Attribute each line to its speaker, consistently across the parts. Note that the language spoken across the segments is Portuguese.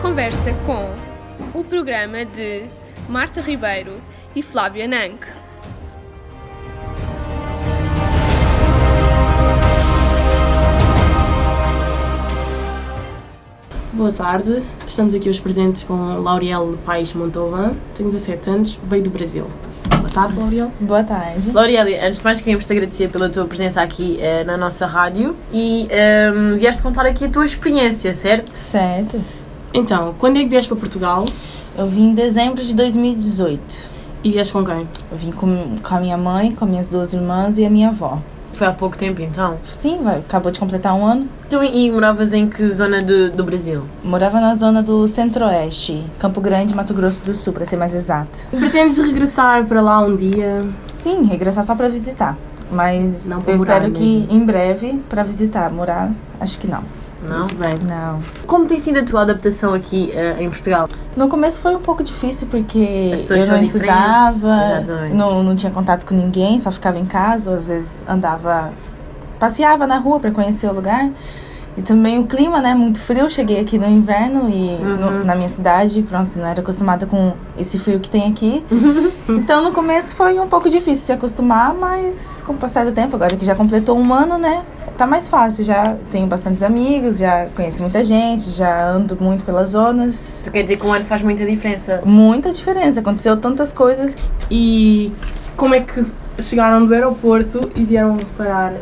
Speaker 1: conversa com o programa de Marta Ribeiro e Flávia Nank.
Speaker 2: Boa tarde, estamos aqui os presentes com Lauriel Paes Montovan, tenho 17 anos, veio do Brasil. Boa tarde, Lauriel.
Speaker 3: Boa tarde.
Speaker 4: Laurelia, antes de mais queremos te agradecer pela tua presença aqui eh, na nossa rádio e ehm, vieste contar aqui a tua experiência, certo?
Speaker 3: Certo.
Speaker 2: Então, quando é que vieste para Portugal
Speaker 3: Eu vim em dezembro de 2018.
Speaker 2: e vieste com quem?
Speaker 3: Eu vim com, com a minha mãe, com minhas duas irmãs e a minha avó.
Speaker 4: Foi há pouco tempo então.
Speaker 3: Sim, vai, acabou de completar um ano.
Speaker 4: Então e e moravas em que zona do, do Brasil?
Speaker 3: Morava na zona do Centro-Oeste, Campo Grande, Mato Grosso do Sul, para ser mais exato.
Speaker 2: Pretendes regressar para lá um dia?
Speaker 3: Sim, regressar só para visitar. Mas
Speaker 2: Não pra
Speaker 3: eu espero
Speaker 2: morar
Speaker 3: que
Speaker 2: mesmo.
Speaker 3: em breve para visitar. Morar, acho que não.
Speaker 4: Não?
Speaker 2: Muito bem.
Speaker 3: Não.
Speaker 4: Como tem sido a tua adaptação aqui eh, em Portugal?
Speaker 3: No começo foi um pouco difícil porque
Speaker 4: As pessoas
Speaker 3: eu não
Speaker 4: são diferentes.
Speaker 3: estudava,
Speaker 4: Exatamente.
Speaker 3: não, não tinha contato com ninguém, só ficava em casa, às vezes andava, passeava na rua para conhecer o lugar. E também o clima, né, muito frio. Cheguei aqui no inverno e no-
Speaker 4: Uhum.
Speaker 3: na minha cidade, pronto, não era acostumada com esse frio que tem aqui. então no começo foi um pouco difícil se acostumar, mas com o passar do tempo, agora que já completou um ano, né, tá mais fácil. Já tenho bastantes amigos, já conheço muita gente, já ando muito pelas zonas.
Speaker 4: Tu quer dizer que um ano faz muita diferença?
Speaker 3: Muita diferença, aconteceu tantas coisas.
Speaker 2: E como é que chegaram do aeroporto e vieram parar?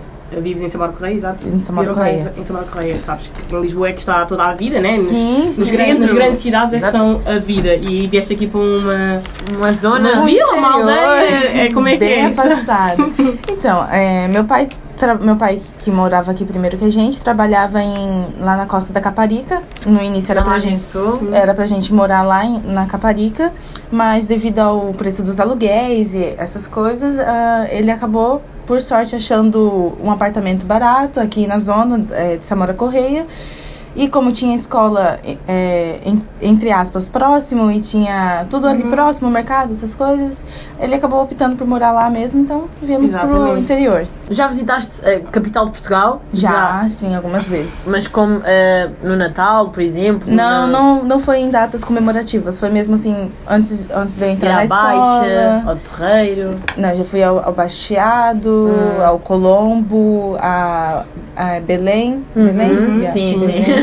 Speaker 2: Vives em Samar Correia, exato?
Speaker 3: Em Samar
Speaker 2: Vieram parar
Speaker 3: Correia.
Speaker 2: Em Samar Correia, sabes que em Lisboa é que está toda a vida, né? Nos-
Speaker 3: Sim,
Speaker 2: Nos,
Speaker 3: sim.
Speaker 2: grandes, nas
Speaker 4: Centro.
Speaker 2: grandes cidades é que
Speaker 4: Exato.
Speaker 2: são a vida e vieste aqui para uma,
Speaker 4: Uma zona?
Speaker 2: uma
Speaker 3: Muito
Speaker 2: vila, uma
Speaker 3: interior.
Speaker 2: aldeia, é, como é que
Speaker 3: Bem
Speaker 2: é? isso?
Speaker 3: afastado. Então, é, meu pai, tra- meu pai que morava aqui primeiro que a gente, trabalhava em, lá na costa da Caparica. No início era
Speaker 4: Na
Speaker 3: pra
Speaker 4: margem
Speaker 3: gente.
Speaker 4: sul?
Speaker 3: Era pra gente morar lá em- na Caparica, mas devido ao preço dos aluguéis e essas coisas, ah, ele acabou, por sorte, achando um apartamento barato aqui na zona eh, de Samora Correia. E como tinha escola, eh, eh, en- entre aspas, próximo e tinha tudo ali próximo, mercado, essas coisas, ele acabou optando por morar lá mesmo, então viemos pro
Speaker 2: Exatamente.
Speaker 3: interior.
Speaker 4: Já visitaste a capital de Portugal?
Speaker 3: Já, sim, algumas vezes.
Speaker 4: Mas como eh, no Natal, por exemplo?
Speaker 3: Não,
Speaker 4: na-
Speaker 3: não, não foi em datas comemorativas. Foi mesmo assim, antes, antes de eu
Speaker 4: Ir
Speaker 3: entrar na
Speaker 4: à Baixa,
Speaker 3: escola.
Speaker 4: ao Terreiro.
Speaker 3: Não, já fui ao, ao Baixeado,
Speaker 4: Hum.
Speaker 3: ao Colombo, a, a Belém. Belém?
Speaker 4: Uhum,
Speaker 3: Yeah.
Speaker 4: Sim,
Speaker 3: Belém.
Speaker 4: sim.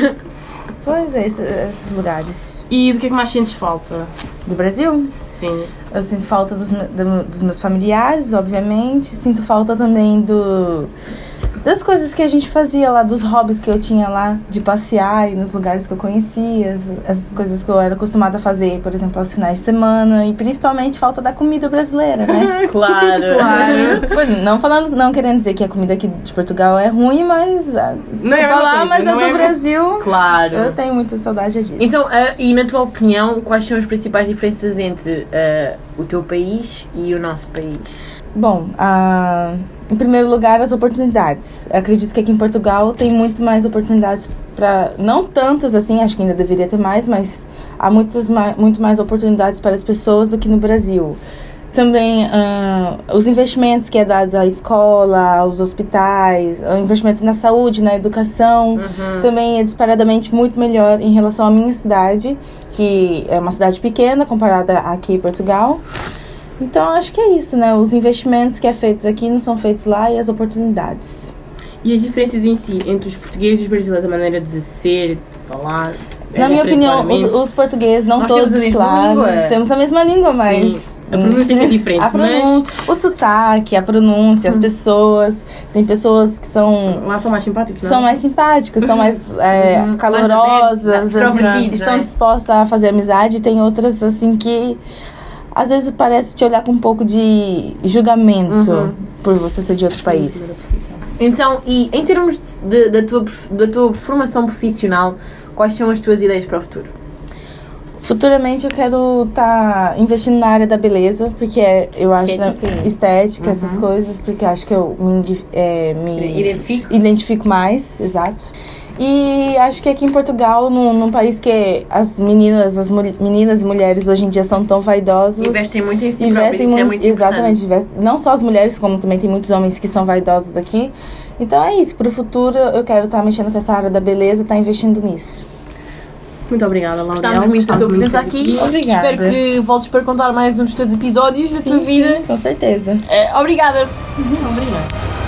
Speaker 3: Pois é, esses, esses lugares.
Speaker 2: E do que é que mais sentes falta?
Speaker 3: Do Brasil,
Speaker 2: Sim.
Speaker 3: eu sinto falta dos, me- do- dos meus familiares, obviamente. Sinto falta também do... Das coisas que a gente fazia lá, dos hobbies que eu tinha lá, de passear e nos lugares que eu conhecia, essas, essas coisas que eu era acostumada a fazer, por exemplo, aos finais de semana, e principalmente falta da comida brasileira, né?
Speaker 4: Claro.
Speaker 3: Pô, não falando, não querendo dizer que a comida aqui de Portugal é ruim, mas. ah, Desculpa
Speaker 2: é a mesma
Speaker 3: lá,
Speaker 2: coisa,
Speaker 3: mas a
Speaker 2: não
Speaker 3: do
Speaker 2: é a mesma-
Speaker 3: Brasil.
Speaker 4: Claro.
Speaker 3: Eu tenho muita saudade disso.
Speaker 4: Então, eh, e na tua opinião, quais são as principais diferenças entre eh, o teu país e o nosso país?
Speaker 3: Bom, ah, em primeiro lugar, as oportunidades. Eu acredito que aqui em Portugal tem muito mais oportunidades para. Não tantas assim, acho que ainda deveria ter mais, mas há muitas ma- muito mais oportunidades para as pessoas do que no Brasil. Também ah, os investimentos que é dado à escola, aos hospitais, o investimento na saúde, na educação, também é disparadamente muito melhor em relação à minha cidade, que é uma cidade pequena comparada aqui em Portugal. Então acho que é isso, né? Os investimentos que é feitos aqui não são feitos lá e as oportunidades.
Speaker 2: E as diferenças em si entre os portugueses e os brasileiros, a maneira de ser, de falar? é
Speaker 3: Na minha
Speaker 2: diferente,
Speaker 3: opinião, os,
Speaker 2: claramente?
Speaker 3: os portugueses, não
Speaker 2: Nós
Speaker 3: todos,
Speaker 2: temos a mesma
Speaker 3: claro,
Speaker 2: língua. é.
Speaker 3: temos a mesma língua, mas hum,
Speaker 2: Sim, a pronúncia é que é diferente,
Speaker 3: a pronúncia, o sotaque, a pronúncia, as
Speaker 2: Hum.
Speaker 3: pessoas, tem pessoas que são
Speaker 2: mas lá são mais simpáticos, não? é?
Speaker 3: são mais simpáticas, são mais é,
Speaker 4: Uhum.
Speaker 3: calorosas,
Speaker 2: Mais é. abertas,
Speaker 3: assim,
Speaker 2: extrovertidas,
Speaker 3: estão
Speaker 4: né?
Speaker 3: dispostas a fazer amizade. e Tem outras assim que às vezes parece te olhar com um pouco de julgamento
Speaker 2: Uhum. é
Speaker 3: por você ser de outro país.
Speaker 4: Então, e em termos de- da, tua, prof- da tua formação profissional, quais são as tuas ideias para o futuro?
Speaker 3: Futuramente eu quero estar investindo na área da beleza, porque é- eu acho né,
Speaker 4: Estética. Uhum.
Speaker 3: estética, essas coisas, porque acho que eu me, indi- é, me
Speaker 4: Identifico?
Speaker 3: identifico mais, exato. E acho que aqui em Portugal, num, num país que as meninas, as mul- meninas e mulheres hoje em dia são tão vaidosas.
Speaker 4: Investem muito em si
Speaker 3: investem
Speaker 4: próprias, isso é
Speaker 3: muito-
Speaker 4: muito
Speaker 3: exatamente,
Speaker 4: importante.
Speaker 3: investem- não só as mulheres, como também tem muitos homens que são vaidosos aqui. tá Então é isso, pro futuro eu quero estar mexendo com essa área da beleza, estar investindo nisso.
Speaker 2: Muito obrigada, Laurel.
Speaker 4: Gostámos muito da tua
Speaker 2: Gostámos muito
Speaker 4: presença
Speaker 2: de
Speaker 4: aqui.
Speaker 3: Obrigada.
Speaker 4: Espero que voltes para contar mais um dos teus episódios da tua
Speaker 3: Sim,
Speaker 4: vida.
Speaker 3: sim, com certeza.
Speaker 4: Eh, obrigada!
Speaker 2: Obrigada.